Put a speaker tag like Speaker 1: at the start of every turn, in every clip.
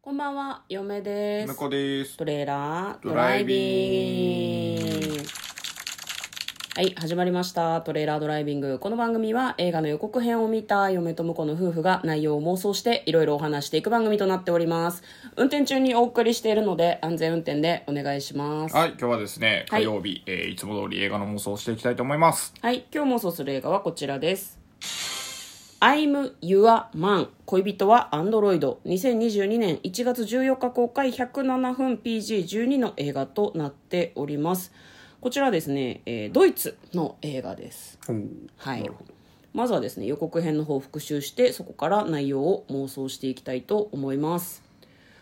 Speaker 1: こんばんは、嫁です。
Speaker 2: 向こうです
Speaker 1: トレーラード
Speaker 2: ド
Speaker 1: ラ
Speaker 2: ラ
Speaker 1: イ
Speaker 2: イ
Speaker 1: ビ
Speaker 2: ビ
Speaker 1: ング。はい、始まりました。トレーラードライビング。この番組は映画の予告編を見た嫁と婿の夫婦が内容を妄想していろいろお話していく番組となっております。運転中にお送りしているので安全運転でお願いします。は
Speaker 2: はい今日はですね
Speaker 1: は
Speaker 2: 火
Speaker 1: い
Speaker 2: 曜日、いえーいつも通り映画の妄想をしていきたいと思います
Speaker 1: い、今日妄想する映画はこちらです。I'm Your Man 恋人はアンドロイド2022年1月14日公開107分 PG12 の映画となっておりますこちらですね、えードイツの映画ですはいまずはですね予告編の方を復習してそこから内容を妄想していきたいと思います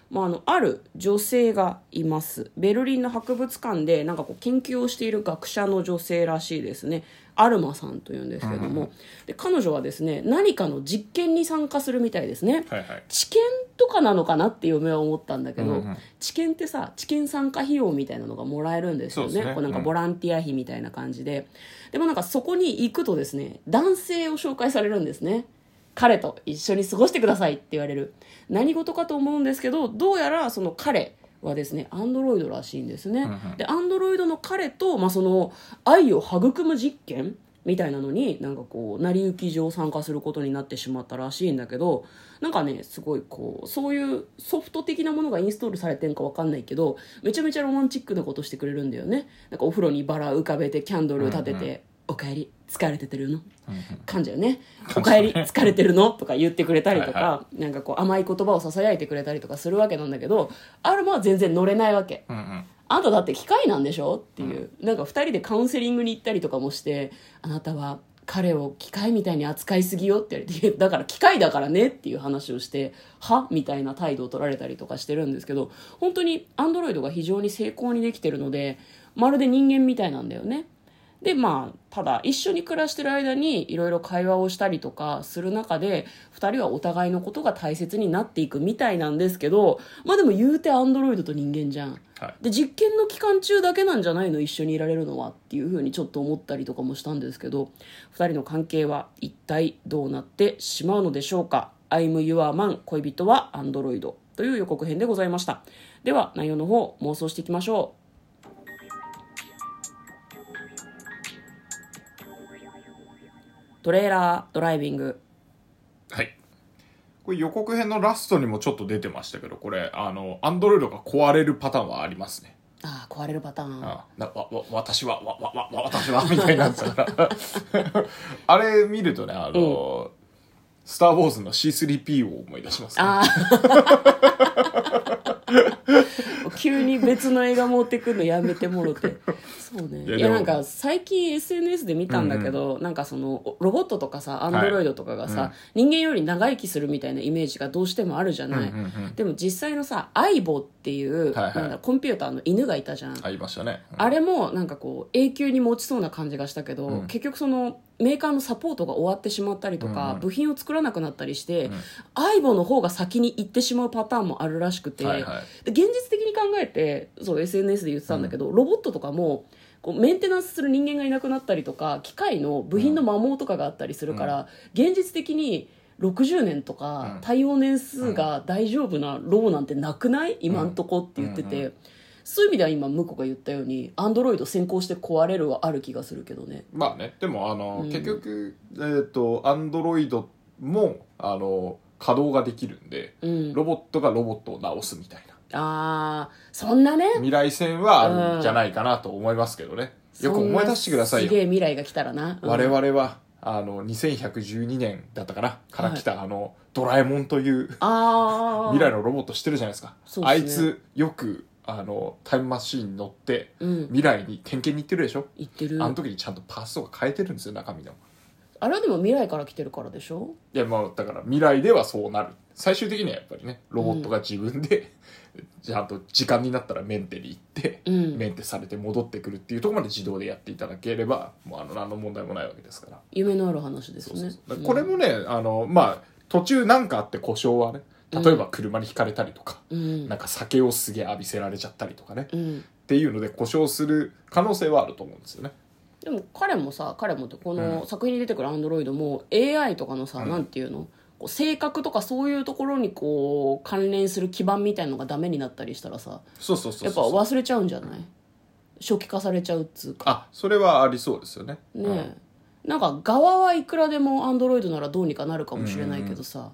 Speaker 1: まあ、あのある女性がいますベルリンの博物館でなんかこう研究をしている学者の女性らしいですねアルマさんというんですけども、で彼女はですね何かの実験に参加するみたいですね、
Speaker 2: はいはい
Speaker 1: 治験とかなのかなって嫁は思ったんだけど、治験ってさ治験参加費用みたいなのがもらえるんですよ
Speaker 2: そう
Speaker 1: ね
Speaker 2: ですね
Speaker 1: こうなんか
Speaker 2: うん
Speaker 1: ボランティア費みたいな感じで、でもなんかそこに行くとですね男性を紹介されるんですね彼と一緒に過ごしてくださいって言われる何事かと思うんですけどどうやらその彼はですねアンドロイドらしいんですね、でアンドロイドの彼と、まあ、その愛を育む実験みたいなのになんかこう成り行き上参加することになってしまったらしいんだけどなんかねすごいこうそういうソフト的なものがインストールされてんかわかんないけどめちゃめちゃロマンチックなことしてくれるんだよねなんかお風呂にバラ浮かべてキャンドル立てて「おかえり疲れててるの?」噛んじゃうね「おかえり疲れてるの?」とか言ってくれたりとか、
Speaker 2: はい
Speaker 1: なんかこう甘い言葉をささやいてくれたりとかするわけなんだけどアルマは全然乗れないわけ。
Speaker 2: うんうん
Speaker 1: あんただって機械なんでしょっていう、なんか2人でカウンセリングに行ったりとかもしてあなたは彼を機械みたいに扱いすぎよって言われていや だから機械だからねっていう話をしてはみたいな態度を取られたりとかしてるんですけど本当にアンドロイドが非常に精巧にできてるのでまるで人間みたいなんだよね。でまあただ一緒に暮らしてる間にいろいろ会話をしたりとかする中で2人はお互いのことが大切になっていくみたいなんですけどまあでも言うてアンドロイドと人間じゃん。
Speaker 2: はい
Speaker 1: で実験の期間中だけなんじゃないの一緒にいられるのはっていうふうにちょっと思ったりとかもしたんですけど2人の関係は一体どうなってしまうのでしょうか「I'm Your Man 恋人はアンドロイド」という予告編でございましたでは内容の方妄想していきましょうトレーラードライビング
Speaker 2: はいこれ予告編のラストにもちょっと出てましたけどこれあのアンドロイドが壊れるパターンはありますね
Speaker 1: ああ壊れるパターン
Speaker 2: あなわわ私はわわわわ私は みたいなやつだから あれ見るとねあの、スター・ウォーズ」の C3P を思い出します、ね、
Speaker 1: ああ 急に別の映画持ってくるのやめてもろてそうねい
Speaker 2: いや
Speaker 1: や
Speaker 2: でも
Speaker 1: なんか最近 SNS で見たんだけど、なんかそのロボットとかさアンドロイドとかがさ、人間より長生きするみたいなイメージがどうしてもあるじゃない、
Speaker 2: うんうんうん
Speaker 1: でも実際のさ相棒っていう、
Speaker 2: はいはい
Speaker 1: なんだろうコンピューターの犬がいたじゃん、
Speaker 2: ありましたね、
Speaker 1: あれもなんかこう永久に持ちそうな感じがしたけど、
Speaker 2: うん
Speaker 1: 結局そのメーカーのサポートが終わってしまったりとか、
Speaker 2: うん
Speaker 1: 部品を作らなくなったりして、相棒の方が先に行ってしまうパターンもあるらしくて、
Speaker 2: はいはい
Speaker 1: で現実的に考えてそう SNS で言ってたんだけど、ロボットとかもこうメンテナンスする人間がいなくなったりとか機械の部品の摩耗とかがあったりするから、現実的に60年とか
Speaker 2: うん
Speaker 1: 耐用年数が大丈夫なロボなんてなくない今んとこって言ってて、
Speaker 2: うんう
Speaker 1: そういう意味では今向こうが言ったようにアンドロイド先行して壊れるはある気がするけどね
Speaker 2: まあねでもあの、
Speaker 1: うん
Speaker 2: 結局えっ、とアンドロイドもあの稼働ができるんで
Speaker 1: うん
Speaker 2: ロボットがロボットを直すみたいな
Speaker 1: あーそんなね
Speaker 2: 未来線はあるんじゃないかなと思いますけどね、よく思い出してください
Speaker 1: そんなすげ
Speaker 2: よ
Speaker 1: え未来が来たらな、うん
Speaker 2: 我々はあの2112年だったかなから来た、あのドラえもんという
Speaker 1: ああ
Speaker 2: 未来のロボットしてるじゃないですか
Speaker 1: そうっすね
Speaker 2: あいつよくあのタイムマシーンに乗って、
Speaker 1: うん
Speaker 2: 未来に点検に行ってるでしょ、
Speaker 1: 言ってる
Speaker 2: あの時にちゃんとパースとか変えてるんですよ中身の
Speaker 1: あれはでも未来から来てるからでしょ
Speaker 2: いやまあだから未来ではそうなる最終的にはやっぱりねロボットが自分で、 ちゃんと時間になったらメンテに行って、
Speaker 1: うん
Speaker 2: メンテされて戻ってくるっていうところまで自動でやっていただければもうあの何の問題もないわけですから
Speaker 1: 夢のある話です
Speaker 2: そう
Speaker 1: ね
Speaker 2: そうそうこれもね、あのまあ途中なんかあって故障はね例えば車にひかれたりとか、
Speaker 1: うん
Speaker 2: なんか酒をすげえ浴びせられちゃったりとかね、
Speaker 1: う
Speaker 2: っ
Speaker 1: ん
Speaker 2: ていうので故障する可能性はあると思うんですよね
Speaker 1: でも彼もさ彼もってこの
Speaker 2: う
Speaker 1: 作品に出てくるアンドロイドも AI とかのさ、なんていうのこう性格とかそういうところにこう関連する基盤みたいのがダメになったりしたらさ
Speaker 2: そうそうそ
Speaker 1: や
Speaker 2: う
Speaker 1: っぱ
Speaker 2: そう
Speaker 1: 忘れちゃうんじゃない初期化されちゃうっつうか
Speaker 2: あそれはありそうですよね
Speaker 1: ねえ、なんか側はいくらでもアンドロイドならどうにかなるかもしれないけどさ、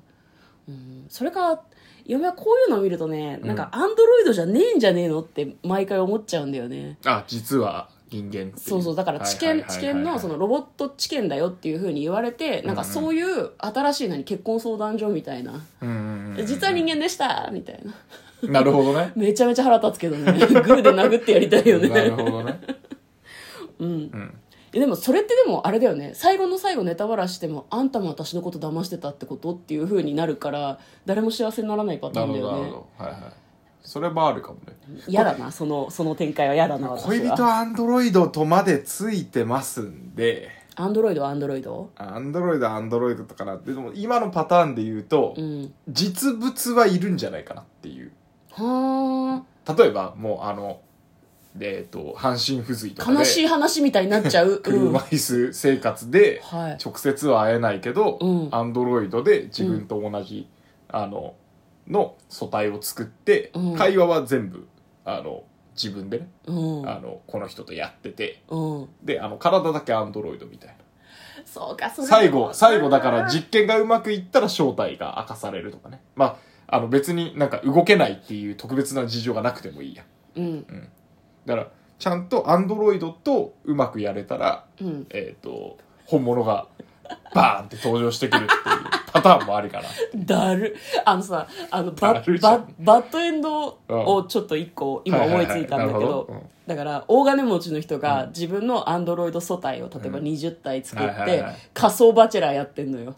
Speaker 1: うん、それか嫁はこういうのを見るとねなんかアンドロイドじゃねえんじゃねえのって毎回思っちゃうんだよね
Speaker 2: あ実は人間ってい
Speaker 1: そうそうだから知
Speaker 2: はい
Speaker 1: 見
Speaker 2: はいはい
Speaker 1: 知
Speaker 2: はい
Speaker 1: 見のそのロボット知見だよっていうふうに言われてなんかそういう新しい何結婚相談所みたいな
Speaker 2: うんうん
Speaker 1: 実は人間でしたみたいな
Speaker 2: うんなるほどね
Speaker 1: めちゃめちゃ腹立つけどねグーで殴ってやりた いよね
Speaker 2: なるほどね
Speaker 1: いやでもそれってでもあれだよね最後の最後ネタバラしてもあんたも私のこと騙してたってことっていう風になるから誰も幸せにならないパタ
Speaker 2: な
Speaker 1: ー
Speaker 2: る
Speaker 1: ン
Speaker 2: ほ
Speaker 1: だ
Speaker 2: どなるほ
Speaker 1: よ
Speaker 2: どはいはいそれもあるかもね
Speaker 1: ね嫌だなそのその展開は嫌だな私は
Speaker 2: 恋人アンドロイドとまでついてますんで
Speaker 1: アンドロイドはアンドロイド
Speaker 2: アンドロイドアンドロイドとかなでも今のパターンで言うと、
Speaker 1: うん
Speaker 2: 実物はいるんじゃないかなっていう
Speaker 1: は
Speaker 2: 例えばもうあのえっ、と半身不随と
Speaker 1: あ
Speaker 2: かで
Speaker 1: 悲しい話みたいになっちゃううん
Speaker 2: 車椅子生活で
Speaker 1: はい
Speaker 2: 直接は会えないけど、
Speaker 1: うん
Speaker 2: アンドロイドで自分と同じ、あのの素体を作って、
Speaker 1: うん
Speaker 2: 会話は全部あの自分でね、
Speaker 1: うん
Speaker 2: あのこの人とやってて
Speaker 1: うん
Speaker 2: であの体だけアンドロイドみたいな
Speaker 1: そうかそれ
Speaker 2: 最後最後だから実験がうまくいったら正体が明かされるとかねまああの別になんか動けないっていう特別な事情がなくてもいいや
Speaker 1: うん
Speaker 2: だからちゃんとアンドロイドとうまくやれたら
Speaker 1: うん
Speaker 2: えっ、と本物がバーンって登場してくるっていうパターンもありかな
Speaker 1: だるあのさあのバ
Speaker 2: だる
Speaker 1: ッ
Speaker 2: じゃ
Speaker 1: バ
Speaker 2: ん
Speaker 1: バッドエンドをちょっと一個今
Speaker 2: はいはい
Speaker 1: 思
Speaker 2: はい
Speaker 1: いついたんだけ
Speaker 2: なる
Speaker 1: ど
Speaker 2: ほどうん
Speaker 1: だから大金持ちの人が自分のアンドロイド素体を例えば20体作
Speaker 2: はい
Speaker 1: っ
Speaker 2: はい
Speaker 1: て
Speaker 2: はい
Speaker 1: 仮想バチェラーやってんの よ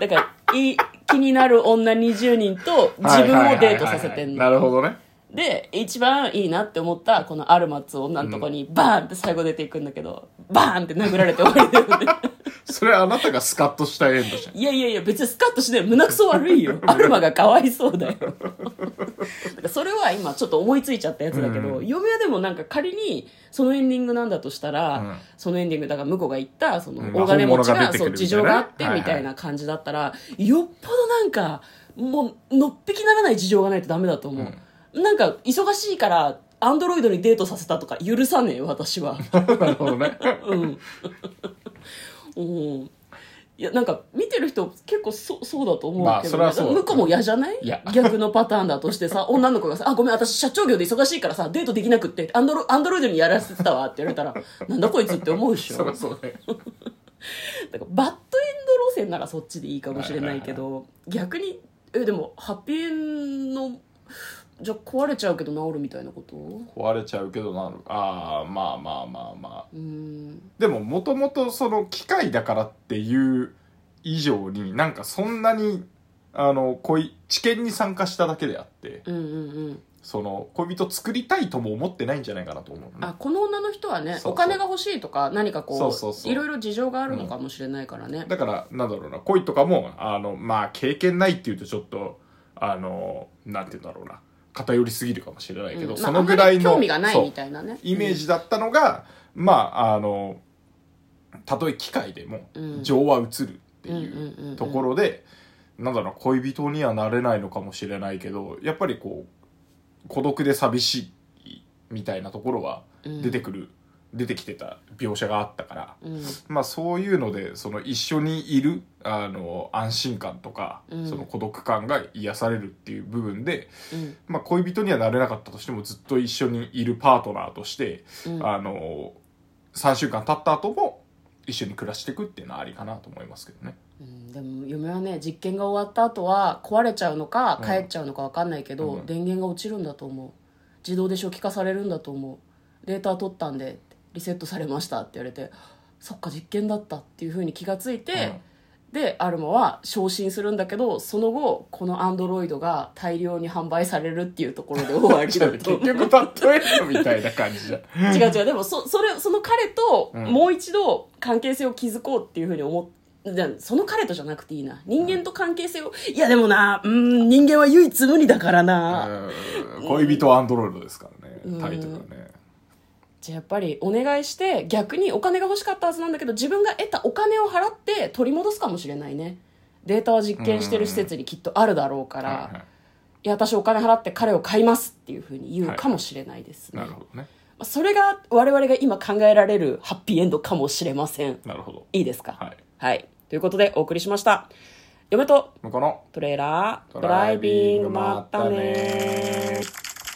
Speaker 1: だからい気になる女20人と 自分をデートさせてん
Speaker 2: はいはいはいはいな
Speaker 1: の
Speaker 2: るほどね
Speaker 1: で一番いいなって思ったこのアルマツ女のとこにバーンって最後出ていくんだけどバーンって殴られて終わりだよね
Speaker 2: それあなたがスカッとしたエンドじゃん
Speaker 1: いやいやいや、別にスカッとしない。胸くそ悪いよ。 アルマがかわいそうだよ。だからそれは今ちょっと思いついちゃったやつだけど、嫁はでもなんか仮にそのエンディングなんだとしたら、
Speaker 2: うん
Speaker 1: そのエンディングだから向こうが言った、その
Speaker 2: うん
Speaker 1: 大金持ち
Speaker 2: 本物
Speaker 1: が
Speaker 2: が出て
Speaker 1: そ
Speaker 2: く
Speaker 1: う
Speaker 2: るみたいな
Speaker 1: 事情があって
Speaker 2: はいはい
Speaker 1: みたいな感じだったら、よっぽどなんか、もうのっぴきならない事情がないとダメだと思う。なんか忙しいから、アンドロイドにデートさせたとか許さねえよ私は。
Speaker 2: なるほどね
Speaker 1: うんいやなんか見てる人結構そそうだと思うけど、
Speaker 2: まあそれはそうだ
Speaker 1: 向こうも嫌じゃない
Speaker 2: いや
Speaker 1: 逆のパターンだとしてさ 女の子がさ「あごめん私社長業で忙しいからさデートできなくってアンドロアンドロイドにやらせてたわ」って言われ たら「なんだこいつ」って思うでしょだ
Speaker 2: そり
Speaker 1: か
Speaker 2: ゃそうね
Speaker 1: らバッドエンド路線ならそっちでいいかもしれないけど、逆にえでもハッピーエンドのじゃあ壊れちゃうけど治るみたいなこと
Speaker 2: 壊れちゃうけどなるああまあまあまあまあ
Speaker 1: うん
Speaker 2: でももともとその機械だからっていう以上になんかそんなにあの恋知見に参加しただけであって
Speaker 1: うんうんうん
Speaker 2: その恋人作りたいとも思ってないんじゃないかなと思うのね
Speaker 1: あこの女の人はね
Speaker 2: そうそう
Speaker 1: お金が欲しいとか何かこう
Speaker 2: そうそうそう
Speaker 1: いろいろ事情があるのかもしれないからね、
Speaker 2: だからなんだろうな恋とかもあのまあ経験ないっていうとちょっとあのなんて言うんだろうな偏りすぎるかもしれないけど、
Speaker 1: うんまあ
Speaker 2: そのぐらいの
Speaker 1: あんまり興味がない
Speaker 2: そう
Speaker 1: みたいなね
Speaker 2: イメージだったのが、まああのたとえ機械でも
Speaker 1: うん
Speaker 2: 情は移るって
Speaker 1: うんうんうんう
Speaker 2: いうんところで、なんだろう恋人にはなれないのかもしれないけどやっぱりこう孤独で寂しいみたいなところは出てくる、出てきてた描写があったから、
Speaker 1: うん、うん
Speaker 2: まあ、そういうのでその一緒にいるあの安心感とか、
Speaker 1: うん
Speaker 2: その孤独感が癒されるっていう部分で、
Speaker 1: うん
Speaker 2: まあ、恋人にはなれなかったとしてもずっと一緒にいるパートナーとして、
Speaker 1: うん
Speaker 2: あの3週間経った後も一緒に暮らしていくっていうのはありかなと思いますけどね。
Speaker 1: うんでも嫁はね実験が終わった後は壊れちゃうのか帰っちゃうのか分かんないけど、
Speaker 2: うん
Speaker 1: 電源が落ちるんだと思う自動で初期化されるんだと思うデータ取ったんでリセットされましたって言われてそっか実験だったっていうふうに気がついて、でアルマは昇進するんだけどその後このアンドロイドが大量に販売されるっていうところで終わり
Speaker 2: じゃ
Speaker 1: だ
Speaker 2: あ結
Speaker 1: と
Speaker 2: 局例え るみたいな感じじゃん
Speaker 1: 違う違うでもそそれその彼と
Speaker 2: ん
Speaker 1: もう一度関係性を築こうっていうふうに思って。じゃあその彼とじゃなくていいな人間と関係性を、いやでもなうん人間は唯一無二だからな、
Speaker 2: うん恋人アンドロイドですからねタイトルはね
Speaker 1: じゃあやっぱりお願いして逆にお金が欲しかったはずなんだけど自分が得たお金を払って取り戻すかもしれないねデータを実験してる施設にきっとあるだろうか
Speaker 2: はいは
Speaker 1: ら「いや私お金払って彼を買います」っていうふうに言
Speaker 2: は
Speaker 1: う
Speaker 2: い
Speaker 1: かもしれないです
Speaker 2: い
Speaker 1: ね、
Speaker 2: なるほどね
Speaker 1: まあそれが我々が今考えられるハッピーエンドかもしれません
Speaker 2: なるほど
Speaker 1: いいですか
Speaker 2: はい
Speaker 1: はい、ということでお送りしました嫁と
Speaker 2: 向こうの
Speaker 1: トレーラード
Speaker 2: ド
Speaker 1: ラ
Speaker 2: ラ
Speaker 1: イ
Speaker 2: イ
Speaker 1: ビン
Speaker 2: ビン
Speaker 1: グ
Speaker 2: グ
Speaker 1: ま
Speaker 2: ま
Speaker 1: っ
Speaker 2: ったた
Speaker 1: ね
Speaker 2: ね